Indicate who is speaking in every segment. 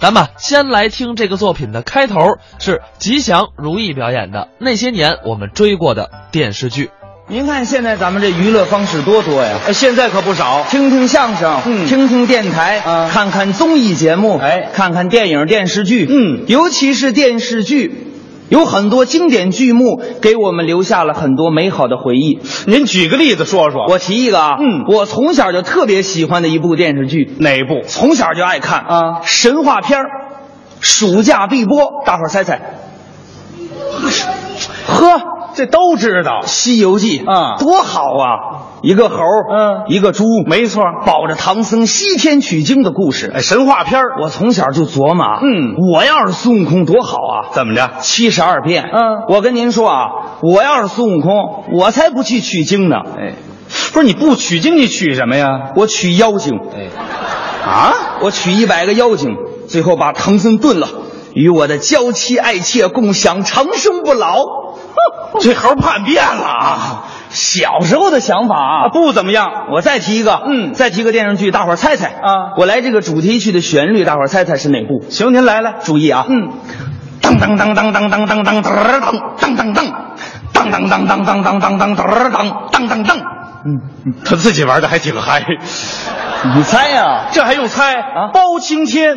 Speaker 1: 咱们先来听这个作品的开头，是吉祥如意表演的《那些年我们追过的电视剧》。
Speaker 2: 您看现在咱们这娱乐方式多多呀，哎现在可不少，嗯听听相声，嗯，听听电台，啊，看看综艺节目，哎，看看电影电视剧，嗯，尤其是电视剧。有很多经典剧目给我们留下了很多美好的回忆。
Speaker 3: 您举个例子说说，
Speaker 2: 我提一个啊，
Speaker 3: 嗯
Speaker 2: 我从小就特别喜欢的一部电视剧，
Speaker 3: 哪部？
Speaker 2: 从小就爱看
Speaker 3: 啊
Speaker 2: 神话片儿暑假必播，大伙儿猜猜。呵，
Speaker 3: 这都知道，
Speaker 2: 《西游记》
Speaker 3: 啊
Speaker 2: 多好啊！一个猴，
Speaker 3: 嗯
Speaker 2: 一个猪，
Speaker 3: 没错。
Speaker 2: 保着唐僧西天取经的故事。
Speaker 3: 哎，神话片儿，
Speaker 2: 我从小就琢磨啊，
Speaker 3: 嗯
Speaker 2: 我要是孙悟空多好啊！
Speaker 3: 怎么着？
Speaker 2: 七十二变。
Speaker 3: 嗯
Speaker 2: 我跟您说啊，我要是孙悟空，我才不去取经呢。
Speaker 3: 哎，不是你不取经，你取什么呀？
Speaker 2: 我取妖精，
Speaker 3: 哎，啊，
Speaker 2: 我取一百个妖精，最后把唐僧炖了，与我的娇妻爱妾共享长生不老。
Speaker 3: 这猴叛变了啊！
Speaker 2: 小时候的想法啊
Speaker 3: 啊，不怎么样。
Speaker 2: 我再提一个，
Speaker 3: 嗯
Speaker 2: 再提一个电视剧，大伙儿猜猜
Speaker 3: 啊
Speaker 2: 我来这个主题曲的旋律，大伙儿猜猜是哪部？
Speaker 3: 行，您来来，
Speaker 2: 注意啊，
Speaker 3: 嗯，
Speaker 2: 当当当当当当当当当当当当当当当当当当当当当当当当。
Speaker 3: 他自己玩的还挺嗨，
Speaker 2: 你猜呀、
Speaker 3: 这还用猜啊？包青天，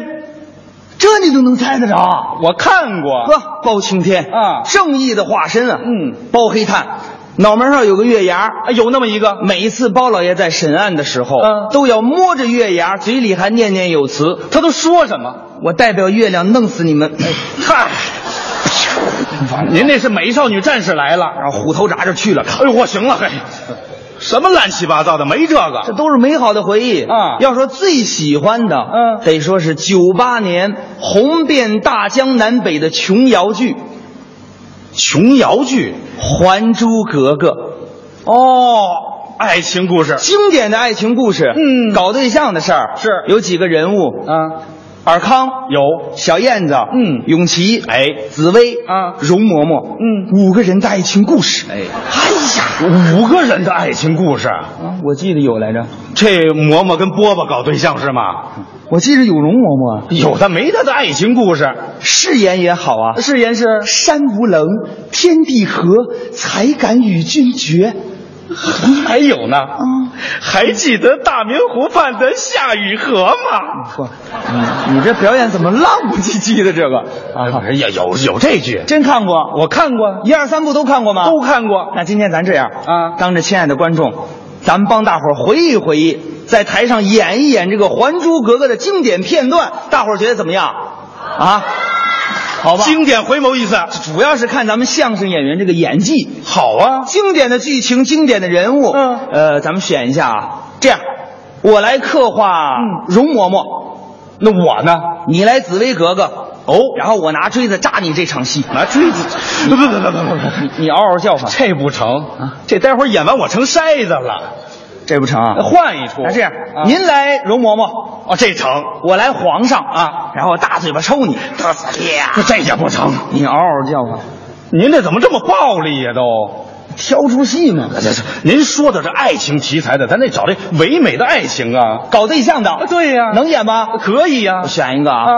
Speaker 2: 这你都能猜得着？
Speaker 3: 我看过。
Speaker 2: 呵，包青天
Speaker 3: 啊
Speaker 2: 正义的化身啊，
Speaker 3: 嗯，
Speaker 2: 包黑炭，脑门上有个月牙。
Speaker 3: 啊，有那么一个，
Speaker 2: 每一次包老爷在审案的时候，
Speaker 3: 嗯
Speaker 2: 都要摸着月牙，嘴里还念念有词。
Speaker 3: 他都说什么？
Speaker 2: 我代表月亮弄死你们！
Speaker 3: 嗨，您那是美少女战士来了。
Speaker 2: 然后虎头铡就去了。
Speaker 3: 哎呦，我行了，嘿，什么乱七八糟的，没
Speaker 2: 这
Speaker 3: 这个。
Speaker 2: 都是美好的回忆
Speaker 3: 啊
Speaker 2: 要说最喜欢的，
Speaker 3: 嗯
Speaker 2: 得说是九八年红遍大江南北的琼瑶剧《
Speaker 3: 琼瑶剧
Speaker 2: 还珠格格》，
Speaker 3: 哦，爱情故事
Speaker 2: 经典的爱情故事。
Speaker 3: 嗯
Speaker 2: 搞对象的事儿
Speaker 3: 是
Speaker 2: 有几个人物，
Speaker 3: 啊，
Speaker 2: 尔康、
Speaker 3: 有
Speaker 2: 小燕子，
Speaker 3: 嗯
Speaker 2: 永琪，
Speaker 3: 哎
Speaker 2: 紫薇，
Speaker 3: 啊
Speaker 2: 容嬷嬷，
Speaker 3: 嗯
Speaker 2: 五个人的爱情故事。
Speaker 3: 哎
Speaker 2: 哎
Speaker 3: 五个人的爱情故事，
Speaker 2: 呀，啊，我记得有来着，
Speaker 3: 这嬷嬷跟饽饽搞对象是吗？
Speaker 2: 我记得有容嬷嬷，
Speaker 3: 有的没的的爱情故事，
Speaker 2: 誓言也好啊，
Speaker 3: 誓言是
Speaker 2: 山无棱，天地合，才敢与君绝。啊
Speaker 3: 还有呢，还记得大明湖畔的夏雨荷吗？
Speaker 2: 不，你你这表演怎么浪不唧唧的？这个啊，
Speaker 3: 哎呀，有有这句，
Speaker 2: 真看过，
Speaker 3: 我看过，
Speaker 2: 一二三部都看过吗？
Speaker 3: 都看过。
Speaker 2: 那今天咱这样
Speaker 3: 啊
Speaker 2: 当着亲爱的观众，咱们帮大伙儿回忆回忆，在台上演一演这个《还珠格格》的经典片段，大伙儿觉得怎么样？啊，好吧。
Speaker 3: 经典回眸一次，
Speaker 2: 主要是看咱们相声演员这个演技，
Speaker 3: 好啊，
Speaker 2: 经典的剧情，经典的人物。
Speaker 3: 嗯
Speaker 2: 呃，咱们选一下啊。这样，我来刻画
Speaker 3: 嗯
Speaker 2: 容嬷嬷，
Speaker 3: 那我呢？
Speaker 2: 你来紫薇格格，
Speaker 3: 哦，
Speaker 2: 然后我拿锥子扎你这场戏，
Speaker 3: 拿锥子，不不不不不不，
Speaker 2: 你嗷嗷叫唤，
Speaker 3: 这不成，这待会儿演完我成筛子了，
Speaker 2: 这不成啊？
Speaker 3: 换一出。
Speaker 2: 那这样，
Speaker 3: 您
Speaker 2: 您来容嬷嬷，
Speaker 3: 哦，这成，
Speaker 2: 我来皇上啊，然后大嘴巴抽你，嘚瑟呀，
Speaker 3: 这也不成。
Speaker 2: 你嗷嗷叫唤，
Speaker 3: 您这怎么这么暴力呀、都？
Speaker 2: 挑出戏嘛，
Speaker 3: 这是您说的这爱情题材的，咱得找这唯美的爱情啊。
Speaker 2: 搞对象的，
Speaker 3: 对呀
Speaker 2: 能演吗？
Speaker 3: 可以呀、
Speaker 2: 我选一个啊，
Speaker 3: 啊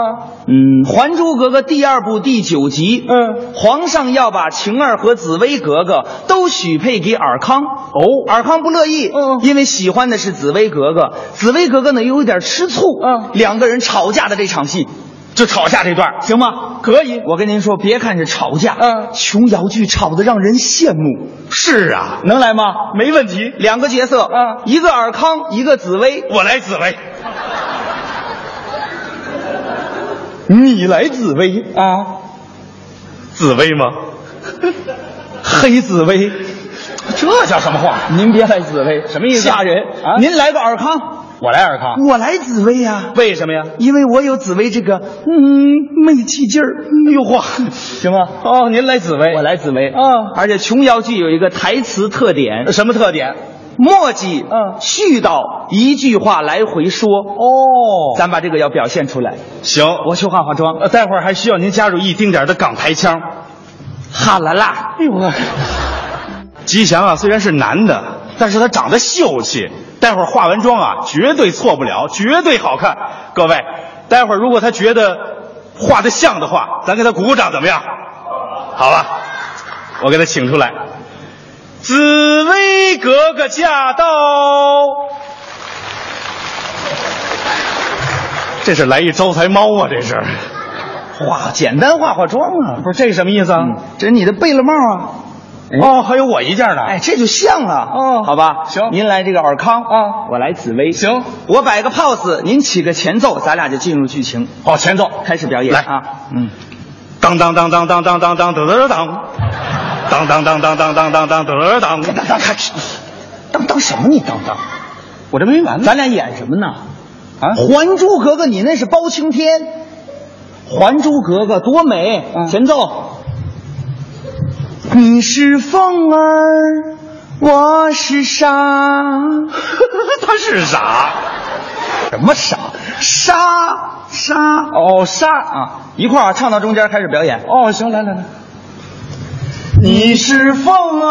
Speaker 2: 嗯，《还珠格格》第二部第九集，
Speaker 3: 嗯，
Speaker 2: 皇上要把晴儿和紫薇格格都许配给尔康。
Speaker 3: 哦
Speaker 2: 尔康不乐意，
Speaker 3: 嗯
Speaker 2: 因为喜欢的是紫薇格格，紫薇格格呢又有点吃醋，
Speaker 3: 嗯
Speaker 2: 两个人吵架的这场戏，
Speaker 3: 就吵架这段，
Speaker 2: 行吗？
Speaker 3: 可以。
Speaker 2: 我跟您说，别看是吵架，
Speaker 3: 嗯
Speaker 2: 琼瑶剧吵得让人羡慕，
Speaker 3: 是啊，
Speaker 2: 能来吗？
Speaker 3: 没问题。
Speaker 2: 两个角色，
Speaker 3: 嗯
Speaker 2: 一个尔康，一个紫薇，
Speaker 3: 我来紫薇，
Speaker 2: 你来紫薇啊，
Speaker 3: 紫薇吗？
Speaker 2: 黑紫薇，
Speaker 3: 这叫什么话？
Speaker 2: 您别来紫薇，
Speaker 3: 什么意思
Speaker 2: 吓人
Speaker 3: 啊
Speaker 2: 您来个尔康，
Speaker 3: 我来尔康，
Speaker 2: 我来紫薇呀、
Speaker 3: 为什么呀？
Speaker 2: 因为我有紫薇这个嗯媚气劲儿，哎呦嚯，行吗？
Speaker 3: 哦，您来紫薇，
Speaker 2: 我来紫薇
Speaker 3: 嗯
Speaker 2: 而且琼瑶剧有一个台词特点，
Speaker 3: 什么特点？
Speaker 2: 墨迹，
Speaker 3: 嗯
Speaker 2: 絮叨，一句话来回说，
Speaker 3: 哦咱
Speaker 2: 咱把这个要表现出来。
Speaker 3: 行，
Speaker 2: 我去化化妆，
Speaker 3: 呃，待会儿还需要您加入一丁点儿的港台腔。
Speaker 2: 哈啦啦，哎呦我，
Speaker 3: 吉祥啊，虽然是男的，但是他长得秀气，待会儿化完妆啊，绝对错不了，绝对好看。各位，待会儿如果他觉得
Speaker 2: 画的像的话，咱给他鼓鼓掌，怎么样？好吧，我给他请出来。紫薇格格驾到！这是来一招财猫啊！这是，
Speaker 3: 化简单化化妆啊，
Speaker 2: 不是这是什么意思啊？
Speaker 3: 这是你的贝勒帽啊。
Speaker 2: 哦，还有我一件呢。
Speaker 3: 哎，这就像了，
Speaker 2: 哦
Speaker 3: 好吧，
Speaker 2: 行
Speaker 3: 您来这个尔康
Speaker 2: 啊
Speaker 3: 我来紫薇，
Speaker 2: 行，
Speaker 3: 我摆个 pose，您起个前奏，咱俩就进入剧情，
Speaker 2: 好，哦前奏
Speaker 3: 开始表演
Speaker 2: 来
Speaker 3: 啊，嗯，
Speaker 2: 当当当当当当当当得得当，当当当当当当当当得得当。
Speaker 3: 当当开始，当当什么你当当，
Speaker 2: 我这没完呢。
Speaker 3: 咱俩演什么呢？
Speaker 2: 啊
Speaker 3: 还珠格格》，你那是包青天，《还珠格格》多美，前奏。你是风儿，我是沙，
Speaker 2: 他是傻，
Speaker 3: 什么沙？沙沙哦沙啊！一块儿啊唱到中间开始表演。
Speaker 2: 哦，行，来来来，
Speaker 3: 你是风儿，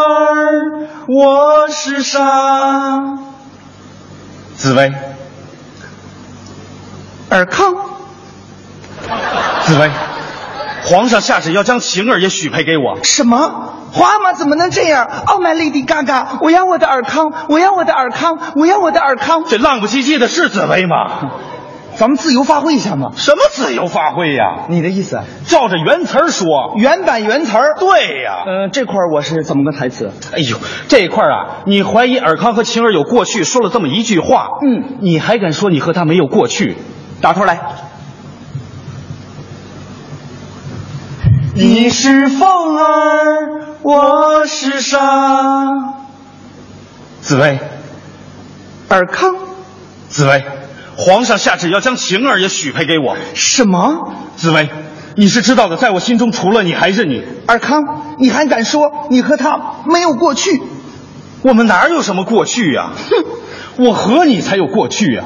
Speaker 3: 我是沙，
Speaker 2: 紫薇，
Speaker 3: 尔康。
Speaker 2: 紫薇，皇上下旨要将晴儿也许配给我。
Speaker 3: 什么？皇阿玛怎么能这样？傲慢 Lady Gaga！我要我的尔康，我要我的尔康，我要我的尔康！
Speaker 2: 这浪不唧唧的是紫薇
Speaker 3: 嗯
Speaker 2: 吗？
Speaker 3: 咱们自由发挥一下嘛。
Speaker 2: 什么自由发挥呀？
Speaker 3: 你的意思？啊
Speaker 2: 照着原词儿说。
Speaker 3: 原版原词儿。
Speaker 2: 对呀、
Speaker 3: 呃，这块儿我是怎么个台词？
Speaker 2: 哎呦，这块儿啊，你怀疑尔康和晴儿有过去，说了这么一句话，
Speaker 3: 嗯，
Speaker 2: 你还敢说你和他没有过去？
Speaker 3: 打出来。你是风儿，我是沙。
Speaker 2: 紫薇，
Speaker 3: 尔康，
Speaker 2: 紫薇，皇上下旨要将晴儿也许配给我。
Speaker 3: 什么？
Speaker 2: 紫薇，你是知道的，在我心中除了你还是你，
Speaker 3: 尔康，你还敢说你和他没有过去？
Speaker 2: 我们哪有什么过去呀、我和你才有过去呀、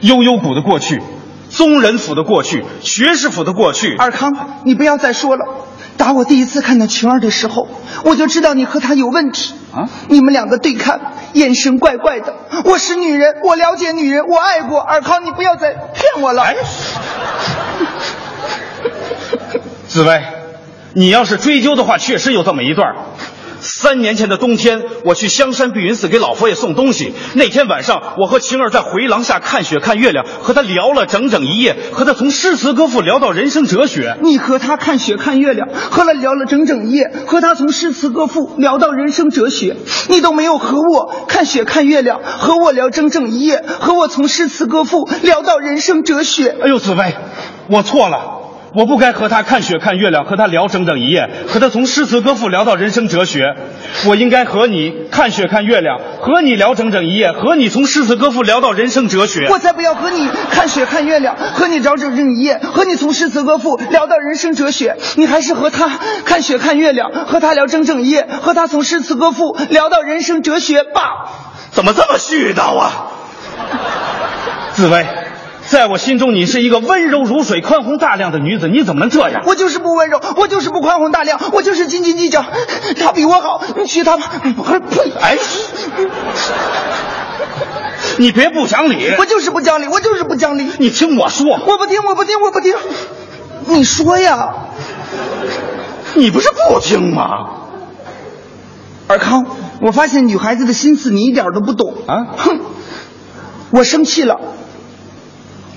Speaker 2: 悠悠谷的过去，宗人府的过去，学士府的过去。
Speaker 3: 尔康，你不要再说了。打我第一次看到晴儿的时候，我就知道你和她有问题
Speaker 2: 啊！
Speaker 3: 你们两个对看，眼神怪怪的。我是女人，我了解女人，我爱过尔康，你不要再骗我了。
Speaker 2: 紫薇，你要是追究的话，确实有这么一段儿。三年前的冬天，我去香山碧云寺给老佛爷送东西。那天晚上，我和晴儿在回廊下看雪看月亮，和他聊了整整一夜，和他从诗词歌赋聊到人生哲学。
Speaker 3: 你和他看雪看月亮，和他聊了整整一夜，和他从诗词歌赋聊到人生哲学，你都没有和我看雪看月亮，和我聊整整一夜，和我从诗词歌赋聊到人生哲学。
Speaker 2: 哎呦，紫薇，我错了，我不该和他看雪看月亮，和他聊整整一夜，和他从诗词歌赋聊到人生哲学。我应该和你看雪看月亮，和你聊整整一夜，和你从诗词歌赋聊到人生哲学。
Speaker 3: 我才不要和你看雪看月亮，和你聊整整一夜，和你从诗词歌赋聊到人生哲学。你还是和他看雪看月亮，和他聊整整一夜，和他从诗词歌赋聊到人生哲学吧。
Speaker 2: 怎么这么絮叨 啊？紫薇，在我心中你是一个温柔如水、宽宏大量的女子，你怎么能这样？
Speaker 3: 我就是不温柔，我就是不宽宏大量，我就是斤斤计较。他比我好，你娶他吧。呸！
Speaker 2: 哎，你别不讲理！
Speaker 3: 我就是不讲理，我就是不讲理。
Speaker 2: 你听我说，
Speaker 3: 我不听，我不听，我不听。你说呀，
Speaker 2: 你不是不听吗？
Speaker 3: 尔康，我发现女孩子的心思你一点都不懂
Speaker 2: 啊
Speaker 3: 哼，我生气了，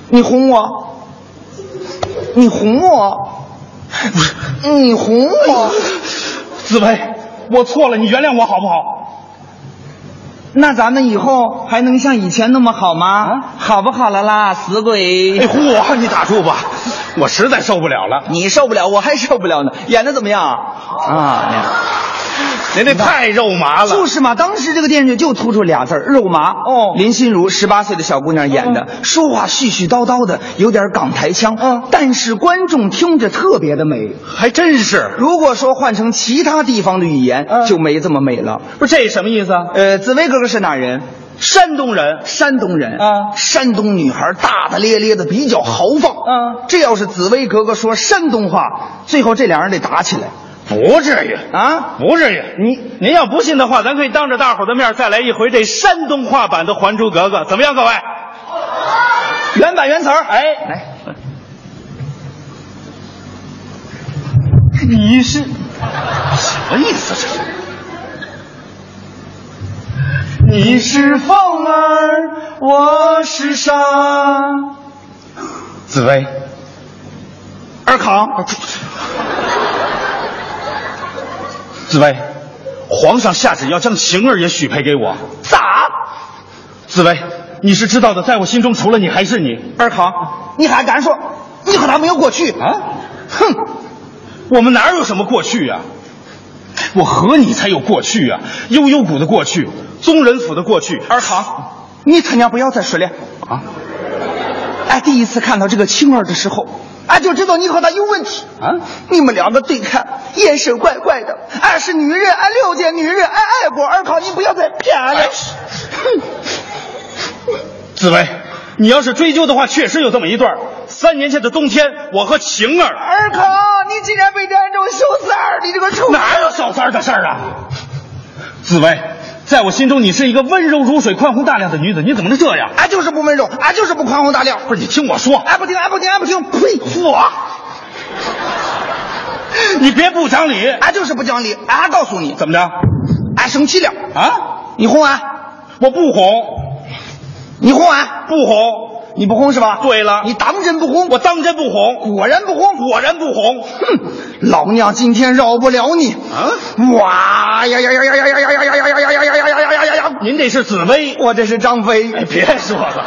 Speaker 3: 你哄我，你哄我，你哄我，
Speaker 2: 紫薇，我错了，你原谅我好不好？
Speaker 3: 那咱们以后还能像以前那么好吗？好不好了啦，死
Speaker 2: 哎，
Speaker 3: 鬼！
Speaker 2: 哄我，你打住吧，我实在受不了了，
Speaker 3: 你受不了，我还受不了呢。演的怎么样？啊，
Speaker 2: 您这太肉麻了。
Speaker 3: 就是嘛，当时这个电视剧就突出俩字儿肉麻。
Speaker 2: 哦
Speaker 3: 林心如十八岁的小姑娘演的，说话絮絮叨叨的，有点港台腔。
Speaker 2: 哦
Speaker 3: 嗯，但是观众听着特别的美。
Speaker 2: 还真是，
Speaker 3: 如果说换成其他地方的语言，
Speaker 2: 嗯
Speaker 3: 就没这么美了。
Speaker 2: 不是这什么意思啊？
Speaker 3: 呃，紫薇哥哥是哪人？
Speaker 2: 山东人，
Speaker 3: 山东人
Speaker 2: 啊
Speaker 3: 山东女孩大大咧咧的，比较豪放。
Speaker 2: 嗯，
Speaker 3: 这要是紫薇格格说山东话，最后这俩人得打起来
Speaker 2: 不至于。
Speaker 3: 啊！
Speaker 2: 不至于，您您要不信的话，咱可以当着大伙儿的面再来一回这山东话版的《还珠格格》，怎么样，各位？哎
Speaker 3: 原版原词儿，哎，来，
Speaker 2: 你是什么意思？这是？你是风儿，我是沙。紫薇，尔康，紫薇，皇上下旨要将晴儿也许配给我。咋？紫薇，你是知道的，在我心中除了你还是你。尔康，
Speaker 3: 你还敢说你和他没有过去啊？
Speaker 2: 哼，我们哪有什么过去呀、我和你才有过去呀、悠悠谷的过去，宗人府的过去。尔康，
Speaker 3: 你他娘不要再说了啊！哎，第一次看到这个青儿的时候，俺就知道你和他有问题啊！你们两个对看，眼神怪怪的。俺是女人，俺了解女人，俺爱过尔康，你不要再骗俺了。
Speaker 2: 紫薇，你要是追究的话，确实有这么一段儿。三年前的冬天，我和晴儿。
Speaker 3: 尔康，你竟然被这种小三儿，你这个畜生！
Speaker 2: 哪有小三儿的事儿啊？紫薇，在我心中你是一个温柔如水、宽宏大量的女子，你怎么能这样？
Speaker 3: 俺就是不温柔，俺就是不宽宏大量。
Speaker 2: 不是你听我说，
Speaker 3: 哎俺不听，俺不听，俺不听！呸！
Speaker 2: 我， 你别不讲理，
Speaker 3: 俺啊就是不讲理，俺还告诉你，
Speaker 2: 怎么着？
Speaker 3: 俺哎生气了，
Speaker 2: 啊？
Speaker 3: 你哄俺，
Speaker 2: 我不哄，
Speaker 3: 你哄俺，
Speaker 2: 不哄。
Speaker 3: 你不哄是吧？
Speaker 2: 对了，
Speaker 3: 你当真不哄？
Speaker 2: 我当真不哄，
Speaker 3: 果然不哄。
Speaker 2: 果然不哄。
Speaker 3: 哼，老娘今天饶不了你！
Speaker 2: 啊！
Speaker 3: 哇呀呀呀呀呀呀呀呀呀呀呀呀呀呀呀呀呀呀呀！
Speaker 2: 您这是紫薇，
Speaker 3: 我这是张飞，
Speaker 2: 哎，别说了，